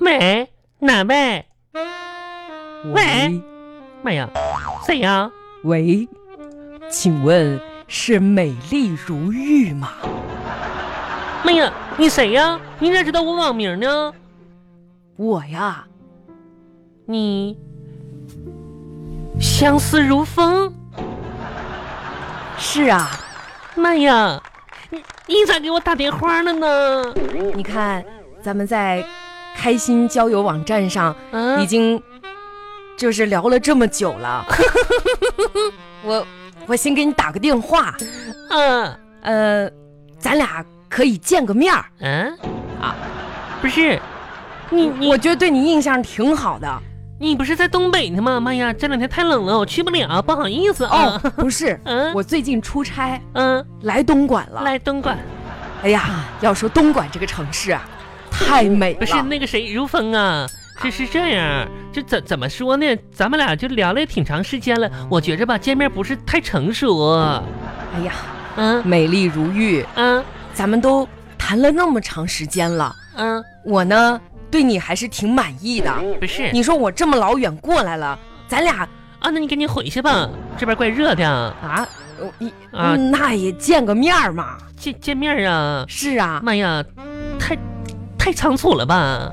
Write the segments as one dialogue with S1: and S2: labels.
S1: 喂，哪位？喂
S2: 喂
S1: 妈呀，谁呀？
S2: 喂，请问是美丽如玉吗？
S1: 妈呀，你谁呀？你咋知道我网名呢？
S2: 我呀，
S1: 你相思如风？
S2: 是啊，
S1: 妈呀，你你咋给我打电话了呢？
S2: 你看咱们在开心交友网站上
S1: 啊
S2: 已，经就是聊了这么久 了，我我先给你打个电话，
S1: 啊，
S2: 呃，咱俩可以见个面儿，
S1: 嗯
S2: 啊，
S1: 不是，你你
S2: 我觉得对你印象挺好的
S1: 你不是在东北呢吗？妈呀，这两天太冷了，我去不了，不好意思
S2: 哦
S1: 啊。，
S2: 不是，
S1: 嗯
S2: 我最近出差
S1: 嗯，
S2: 来东莞了，
S1: 来东莞，
S2: 哎呀，要说东莞这个城市啊，太美了，
S1: 不是那个谁，如风啊。是是这样，就怎怎么说呢？咱们俩就聊了也挺长时间了，我觉着吧，见面不是太成熟。啊
S2: 哎呀，
S1: 嗯
S2: 美丽如玉，
S1: 嗯
S2: 咱们都谈了那么长时间了，
S1: 嗯，
S2: 我呢对你还是挺满意的。
S1: 不是
S2: 你说我这么老远过来了，咱俩
S1: 啊，那你赶紧回去吧，这边怪热的。
S2: 啊，呃一
S1: 啊
S2: 嗯那也见个面儿嘛。
S1: 见见面啊，
S2: 是啊，
S1: 妈呀，太太仓促了吧？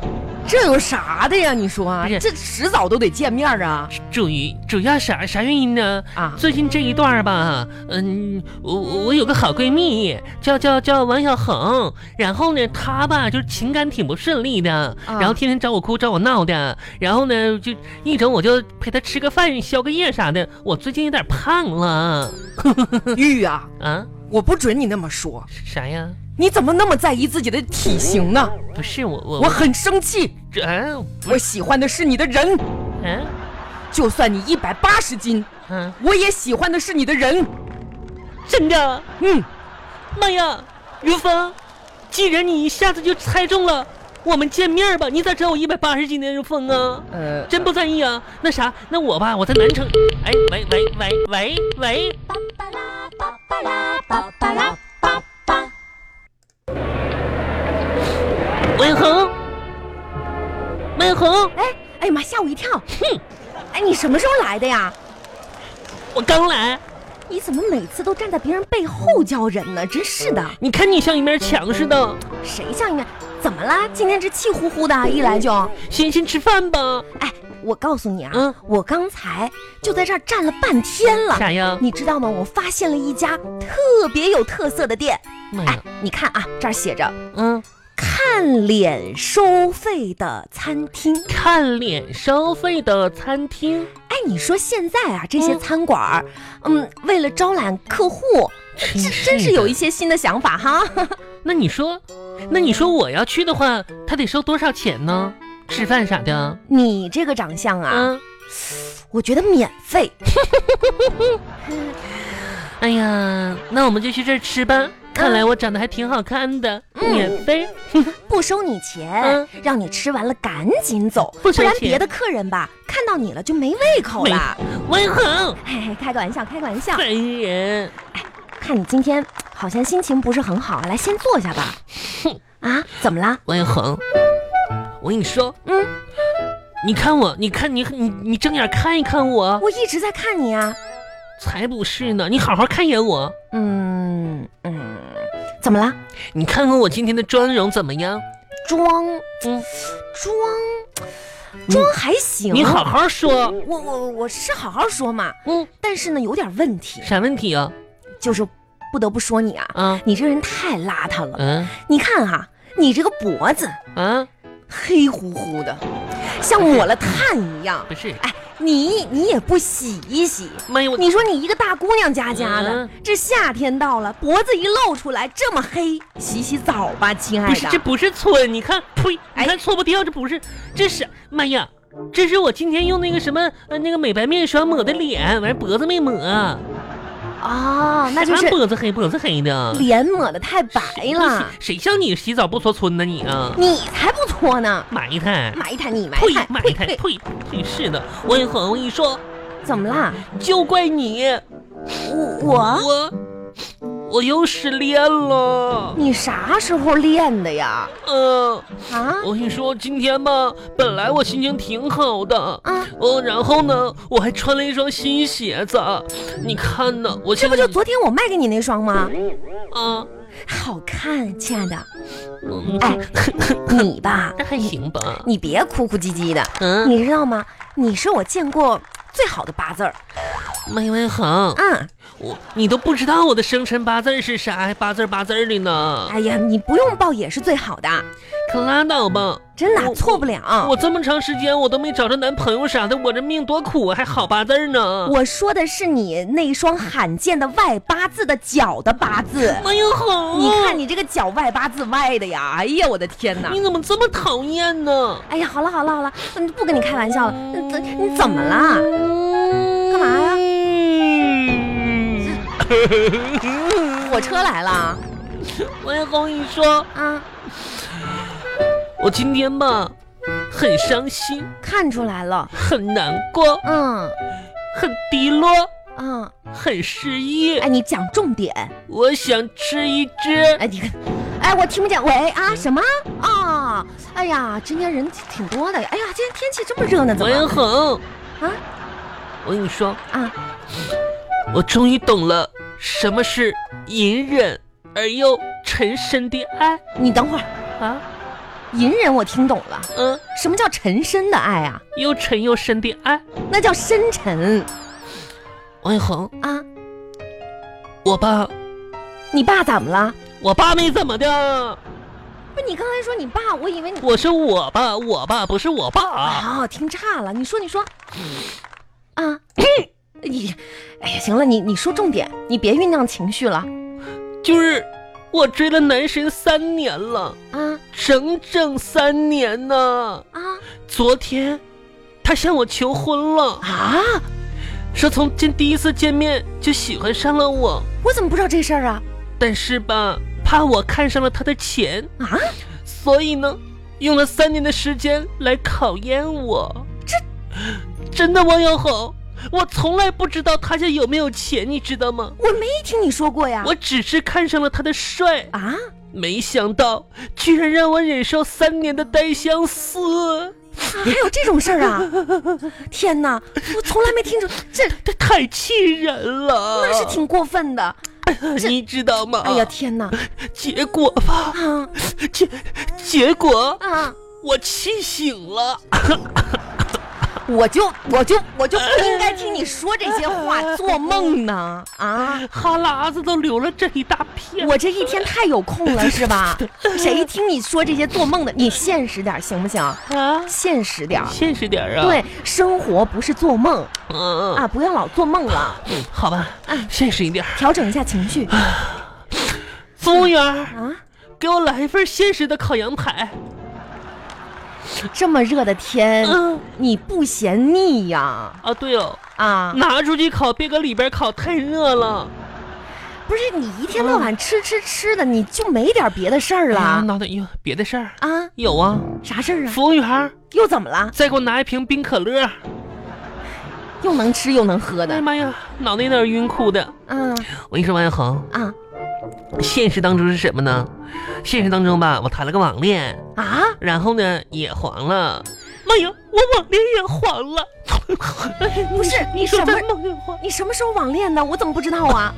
S2: 这有啥的呀？你说啊，
S1: 不是
S2: 这迟早都得见面儿啊
S1: 主于主要啥啥原因呢？
S2: 啊！
S1: 最近这一段儿吧，嗯，我我有个好闺蜜，叫叫叫王小红，然后呢，她吧就是情感挺不顺利的，
S2: 啊
S1: 然后天天找我哭找我闹的，然后呢就一整我就陪她吃个饭消个夜啥的，我最近有点胖了
S2: 玉啊，
S1: 啊，
S2: 我不准你那么说，
S1: 啥呀？
S2: 你怎么那么在意自己的体型呢？
S1: 不是我我
S2: 我很生气，
S1: 这啊不
S2: 我喜欢的是你的人，
S1: 嗯
S2: 就算你一百八十斤，
S1: 嗯，
S2: 我也喜欢的是你的人。
S1: 真的，
S2: 嗯，
S1: 妈呀，如风，既然你一下子就猜中了，我们见面吧，你咋知道我一百八十斤呢，如风啊？
S2: 呃，
S1: 真不在意啊。那啥，那我吧，我在南城。哎，喂喂喂喂喂，文恒，文恒，
S2: 哎，哎呀妈，吓我一跳！
S1: 哼，
S2: 哎，你什么时候来的呀？
S1: 我刚来，
S2: 你怎么每次都站在别人背后教人呢？真是的，
S1: 你看你像一面墙似的。
S2: 谁像你？怎么啦？今天这气呼呼的，一来就……
S1: 先先吃饭吧。
S2: 哎，我告诉你啊，
S1: 嗯
S2: 我刚才就在这儿站了半天了。
S1: 啥呀？
S2: 你知道吗？我发现了一家特别有特色的店。
S1: 妈
S2: 哎
S1: 呀，，
S2: 你看啊，这儿写着
S1: 嗯，
S2: “看脸收费的餐厅”。
S1: 看脸收费的餐厅，
S2: 哎，你说现在啊，这些
S1: 嗯
S2: 餐馆儿，嗯，为了招揽客户，这
S1: 真
S2: 真是有一
S1: 的。嗯
S2: 些新的想法哈。
S1: 那你说，那你说我要去的话，他得收多少钱呢？吃饭啥的？
S2: 你这个长相啊，
S1: 嗯，
S2: 我觉得免费。
S1: 哎呀，那我们就去这儿吃吧。看来我长得还挺好看的，免费。
S2: 不收你钱，
S1: 嗯
S2: 让你吃完了赶紧走，
S1: 不
S2: 不
S1: 收钱
S2: 然别的客人吧看到你了就没胃口了。
S1: 文恒，
S2: 哎，开个玩笑，开个玩笑。
S1: 烦人。
S2: 看你今天好像心情不是很好，来先坐下吧。啊，怎么啦？
S1: 文恒，我跟你说，
S2: 嗯，
S1: 你看我，你看你你你睁眼看一看我，
S2: 我一直在看你啊。
S1: 才不是呢！你好好看一眼我，
S2: 嗯嗯，怎么啦？
S1: 你看看我今天的妆容怎么样？
S2: 装
S1: 嗯，
S2: 装装还行。
S1: 你好，好说。
S2: 我我我是好好说嘛，
S1: 嗯，
S2: 但是呢有点问题，
S1: 啥问题啊？
S2: 就是不得不说你啊，
S1: 啊，
S2: 你这人太邋遢了。
S1: 嗯
S2: 你看哈、你这个脖子
S1: 啊，
S2: 黑乎乎的，像抹了炭一样。
S1: 不是，
S2: 哎，你你也不洗一洗。
S1: 妈呀，我
S2: 你说你一个大姑娘家家的，
S1: 嗯
S2: 这夏天到了，脖子一露出来这么黑，洗洗澡吧，亲爱
S1: 不是，这
S2: 的。
S1: 不是搓，你看，呸，你
S2: 哎
S1: 看搓不掉，这不是，这是，妈呀，这是我今天用那个什么呃那个美白面霜抹的脸，完脖子没抹，
S2: 哦，那就
S1: 啥
S2: 是
S1: 脖子黑，脖子黑的。
S2: 脸抹的太白了，
S1: 谁像你洗澡不搓村呢你啊？
S2: 你才不搓呢！
S1: 埋汰，
S2: 埋汰你埋
S1: 呸
S2: 汰，
S1: 埋
S2: 呸
S1: 汰，
S2: 呸！
S1: 呸呸！是的，我也很，我跟你说，
S2: 怎么啦？
S1: 就怪你，
S2: 我我
S1: 我我又失恋了。
S2: 你啥时候练的呀？
S1: 嗯、
S2: 啊
S1: 我跟你说，今天吧，本来我心情挺好的，
S2: 啊，
S1: 哦，然后呢，我还穿了一双新鞋子。你看呢，我
S2: 这
S1: 现
S2: 不
S1: 在
S2: 就昨天我卖给你那双吗？
S1: 啊，
S2: 好看，亲爱的，
S1: 嗯，
S2: 哎，你吧，
S1: 那还行吧，
S2: 你别哭哭唧唧的，
S1: 嗯，
S2: 你知道吗？你是我见过最好的八字儿，
S1: 没没好，
S2: 嗯，
S1: 我你都不知道我的生辰八字儿是啥，还八字儿八字儿的呢，
S2: 哎呀，你不用报也是最好的，
S1: 可拉倒吧。
S2: 真
S1: 我
S2: 的错不了。
S1: 我这么长时间我都没找着男朋友啥的，我这命多苦啊，还好八字儿呢。
S2: 我说的是你那双罕见的外八字的脚的八字，
S1: 哎呦好，
S2: 你看你这个脚外八字歪的呀！哎呀，我的天哪！
S1: 你怎么这么讨厌呢？
S2: 哎呀，好了好了好了，嗯，不跟你开玩笑了，嗯怎你怎么了？
S1: 嗯
S2: 干嘛啊呀？ 火车来了
S1: 我也跟你说，
S2: 啊！
S1: 我今天吧，很伤心，
S2: 看出来了，
S1: 很难过，
S2: 嗯
S1: 很低落，
S2: 嗯，
S1: 很失意。
S2: 哎，你讲重点，
S1: 我想吃一只。
S2: 哎，你看，哎，我听不见，喂啊什么啊？哎呀，今天人挺多的呀，哎呀，今天天气这么热呢，怎
S1: 王彦
S2: 么
S1: 恒，
S2: 啊
S1: 我跟你说，
S2: 啊？
S1: 我终于懂了什么是隐忍而又沉深的爱
S2: 你等会儿，
S1: 啊，
S2: 隐忍我听懂了，
S1: 嗯，
S2: 什么叫沉深的爱啊？
S1: 又沉又深的爱。
S2: 那叫深沉
S1: 王一恒，
S2: 啊！
S1: 我爸，
S2: 你爸怎么了？
S1: 我爸没怎么的，
S2: 不是，你刚才说你爸，我以为你
S1: 我是我爸，我爸不是我爸。
S2: 啊、听岔了。你说，你说，啊，你，哎呀，行了，你你说重点，你别酝酿情绪了
S1: 就是我追了男神三年了，
S2: 啊
S1: 整整三年呢。
S2: 啊
S1: 昨天，他向我求婚了，
S2: 啊！
S1: 说从见第一次见面就喜欢上了我，
S2: 我怎么不知道这事儿啊？
S1: 但是吧，怕我看上了他的钱，
S2: 啊，
S1: 所以呢，用了三年的时间来考验我。这 真的，王小红，我从来不知道他家有没有钱，你知道吗？
S2: 我没听你说过呀。
S1: 我只是看上了他的帅，
S2: 啊，
S1: 没想到居然让我忍受三年的单相思，
S2: 还有这种事儿啊！ 天哪，我从来没听说，这
S1: 这太气人了。
S2: 那是挺过分的。
S1: 挺，你知道吗？
S2: 哎呀，天哪！
S1: 结果吧，
S2: 啊
S1: 结结果
S2: 啊！
S1: 我气醒了。
S2: 我就我就我就不应该听你说这些 话，做梦呢啊！
S1: 哈喇子都流了这一大片。
S2: 我这一天太有空了，是吧？谁听你说这些做梦的？你现实点儿行不行？
S1: 啊，
S2: 现实点儿。
S1: 现实点儿啊。
S2: 对，生活不是做梦
S1: 嗯，嗯
S2: 啊，不要老做梦了，
S1: 嗯，好吧，现实一点儿。
S2: 调整一下情绪
S1: 服务员儿，
S2: 啊！
S1: 给我来一份现实的烤羊排。
S2: 这么热的天，
S1: 嗯，
S2: 你不嫌腻呀？
S1: 啊对哦，
S2: 啊，
S1: 拿出去烤，别搁里边烤，太热了。
S2: 不是你一天到
S1: 嗯
S2: 晚吃吃吃的，你就没点别的事儿
S1: 哎呀
S2: 了
S1: 那得有别的事儿。
S2: 啊？
S1: 有啊，
S2: 啥事儿啊？
S1: 服务员儿，
S2: 又怎么了？
S1: 再给我拿一瓶冰可乐。
S2: 又能吃又能喝
S1: 哎呀
S2: 的
S1: 妈呀，脑袋有点晕乎的。
S2: 啊
S1: 我跟你说，王彦恒，
S2: 啊
S1: 现实当中是什么呢？现实当中吧，我谈了个网恋，
S2: 啊！
S1: 然后呢也黄了。妈呀，我网恋也黄了。
S2: 不是
S1: 你
S2: 你
S1: 说
S2: 什么
S1: 咱网恋黄
S2: 你什么时候网恋的？我怎么不知道啊？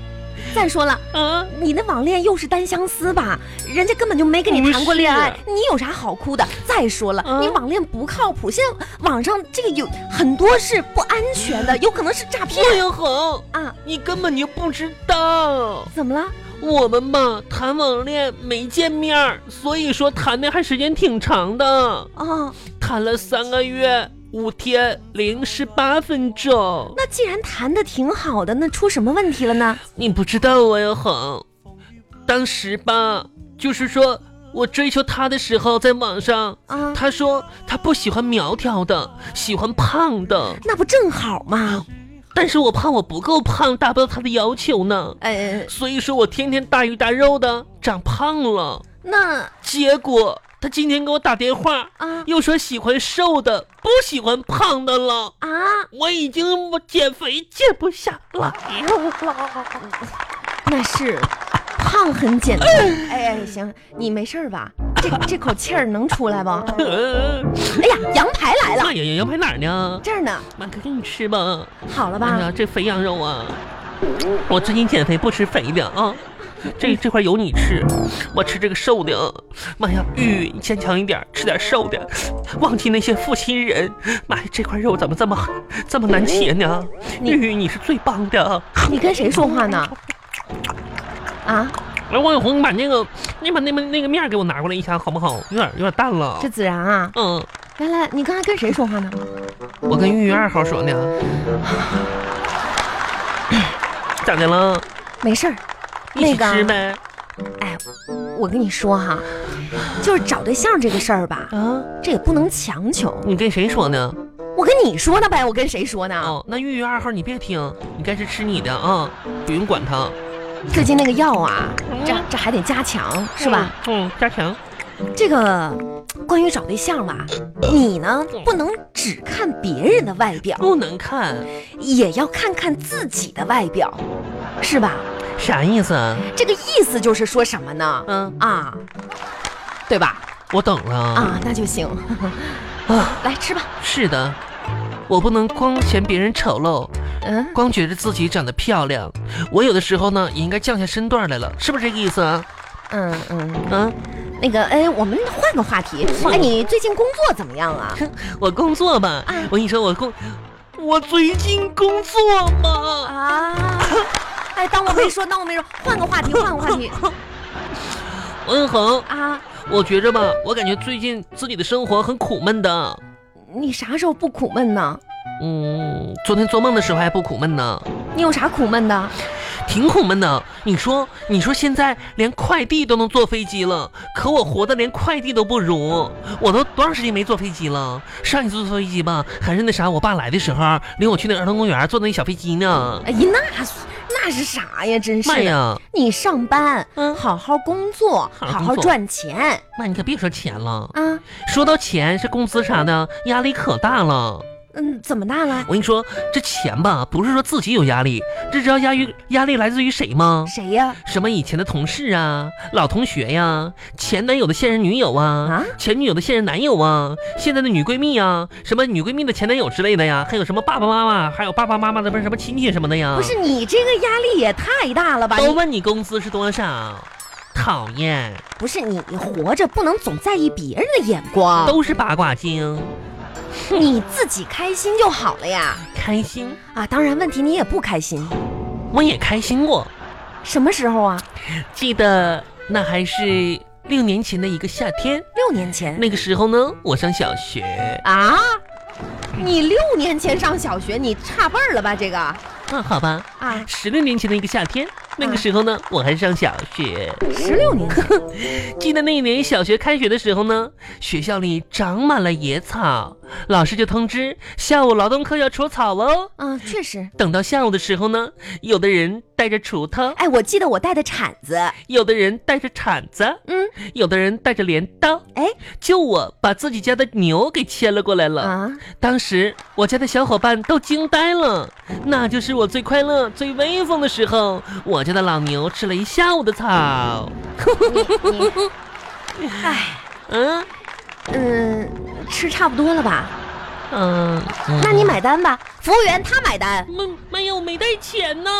S2: 再说了。
S1: 啊？
S2: 你那网恋又是单相思吧？人家根本就没跟
S1: 不
S2: 你谈过恋爱
S1: 是，
S2: 你有啥好哭的？再说了，
S1: 啊
S2: 你网恋不靠谱，现在网上这个有很多是不安全 的，有可能是诈骗
S1: 王彦恒，
S2: 啊！
S1: 你根本就不知道。
S2: 怎么了？
S1: 我们嘛谈网恋没见面儿，所以说谈的还时间挺长的，
S2: 哦，
S1: 谈了三个月五天零十八分钟。
S2: 那既然谈的挺好的，那出什么问题了呢？
S1: 你不知道我有很，当时吧，就是说我追求他的时候，在网上，
S2: 啊，
S1: 他说他不喜欢苗条的，喜欢胖的，
S2: 那不正好吗？
S1: 但是我怕我不够胖，达不到他的要求呢，
S2: 呃，
S1: 所以说我天天大鱼大肉的长胖了。
S2: 那
S1: 结果他今天给我打电话，
S2: 啊
S1: 又说喜欢瘦的，不喜欢胖的了。
S2: 啊，
S1: 我已经减肥减不下来了。
S2: 那是胖很简单。哎哎，行，你没事儿吧？这这口气儿能出来不？
S1: 呃
S2: 哎呀，羊排来了，
S1: 那羊羊排哪儿呢？
S2: 这儿呢，
S1: 妈哥给你吃吧。
S2: 好了
S1: 哎
S2: 吧
S1: 呀，？这肥羊肉啊，我最近减肥不吃肥的啊，这这块有你吃，我吃这个瘦的。啊。妈呀，玉，你坚强一点，吃点瘦的，忘记那些负心人。妈呀，这块肉怎么这么这么难切呢？
S2: 你
S1: 玉，你是最棒的。啊
S2: 你跟谁说话呢？啊，
S1: 哎，王小红，你把那个你把那么那个面儿给我拿过来一下好不好？有点有点淡了
S2: 这。子然啊，
S1: 嗯，
S2: 原来你刚才跟谁说话呢？
S1: 我跟玉玉二号说呢。咋的了？
S2: 没事儿，
S1: 一
S2: 啊那
S1: 起吃
S2: 个，
S1: 呗。
S2: 哎，我跟你说哈，就是找对象这个事儿吧，
S1: 啊，
S2: 这也不能强求。
S1: 你跟谁说呢？
S2: 我跟你说呢呗，我跟谁说呢？
S1: 哦，那玉玉二号你别听，你该是吃你的啊，不用管他，
S2: 最近那个药啊，
S1: 嗯
S2: 这这还得加强，是吧？？
S1: 嗯，加强。
S2: 这个关于找对象吧，你呢
S1: 嗯
S2: 不能只看别人的外表，
S1: 不能看，
S2: 也要看看自己的外表，是吧？
S1: 啥意思啊？
S2: 这个意思就是说什么呢？
S1: 嗯，
S2: 啊，对吧？
S1: 我懂了。
S2: 啊，那就行。
S1: 啊
S2: 来吃吧。
S1: 是的，我不能光嫌别人丑陋，
S2: 嗯，
S1: 光觉着自己长得漂亮。我有的时候呢，也应该降下身段来了，是不是这个意思啊？
S2: 嗯嗯，
S1: 嗯，
S2: 那个，哎，我们换个话题。哎，你最近工作怎么样啊？
S1: 我工作吧，
S2: 啊
S1: 我跟你说，我工，我最近工作嘛，
S2: 啊，哎，当我没说，当我没说，换个话题，换个话题
S1: 文恒，
S2: 啊！
S1: 嗯我觉着吧，我感觉最近自己的生活很苦闷的。
S2: 你啥时候不苦闷呢？
S1: 嗯，昨天做梦的时候还不苦闷呢，
S2: 你有啥苦闷的？
S1: 挺苦闷的。你说，你说现在连快递都能坐飞机了，可我活的连快递都不如。我都多长时间没坐飞机了？上一次坐飞机吧，还是那啥，我爸来的时候领我去那儿童公园坐那小飞机呢。
S2: 哎呀，那那是啥呀？真
S1: 妈
S2: 是的，
S1: 呀，
S2: 你上班，
S1: 嗯
S2: 好好工作，
S1: 好好
S2: 好
S1: 工
S2: 好
S1: 作
S2: 赚钱
S1: 妈，你可别说钱了，
S2: 啊！
S1: 说到钱，这工资啥的压力可大了。
S2: 嗯，怎么大了？
S1: 我跟你说，这钱吧，不是说自己有压力，这知道压力压力来自于谁吗？
S2: 谁呀？
S1: 什么以前的同事啊，老同学呀、前男友的现任女友啊，
S2: 啊
S1: 前女友的现任男友啊，现在的女闺蜜啊，什么女闺蜜的前男友之类的呀，还有什么爸爸妈妈，还有爸爸妈妈的不是什么亲戚什么的呀，
S2: 不是你这个压力也太大了吧？
S1: 都
S2: 你
S1: 问你工资是多少，讨厌，
S2: 不是你活着不能总在意别人的眼光，
S1: 都是八卦精，
S2: 你自己开心就好了呀！
S1: 开心，
S2: 啊，当然问题你也不开心，
S1: 我也开心过，
S2: 什么时候啊？
S1: 记得那还是六年前的一个夏天，
S2: 六年前
S1: 那个时候呢，我上小学，
S2: 啊？你六年前上小学，你差辈儿了吧？这个啊，
S1: 那好吧，十六年前的一个夏天，那个时候呢，我还上小学。
S2: 十六年前
S1: 记得那一年小学开学的时候呢，学校里长满了野草，老师就通知下午劳动课要除草哦。
S2: 啊，确实。
S1: 等到下午的时候呢，有的人带着锄头，
S2: 哎，我记得我带的铲子，
S1: 有的人带着铲子，
S2: 嗯，
S1: 有的人带着镰刀。
S2: 哎，
S1: 就我把自己家的牛给牵了过来了。
S2: 啊，
S1: 当时我家的小伙伴都惊呆了，那就是我最快乐、最威风的时候。我家的老牛吃了一下午的草。
S2: 你，哎，
S1: 嗯
S2: 嗯，吃差不多了吧？
S1: 嗯，嗯
S2: 那你买单吧，服务员他买单。
S1: 没没有没带钱呢。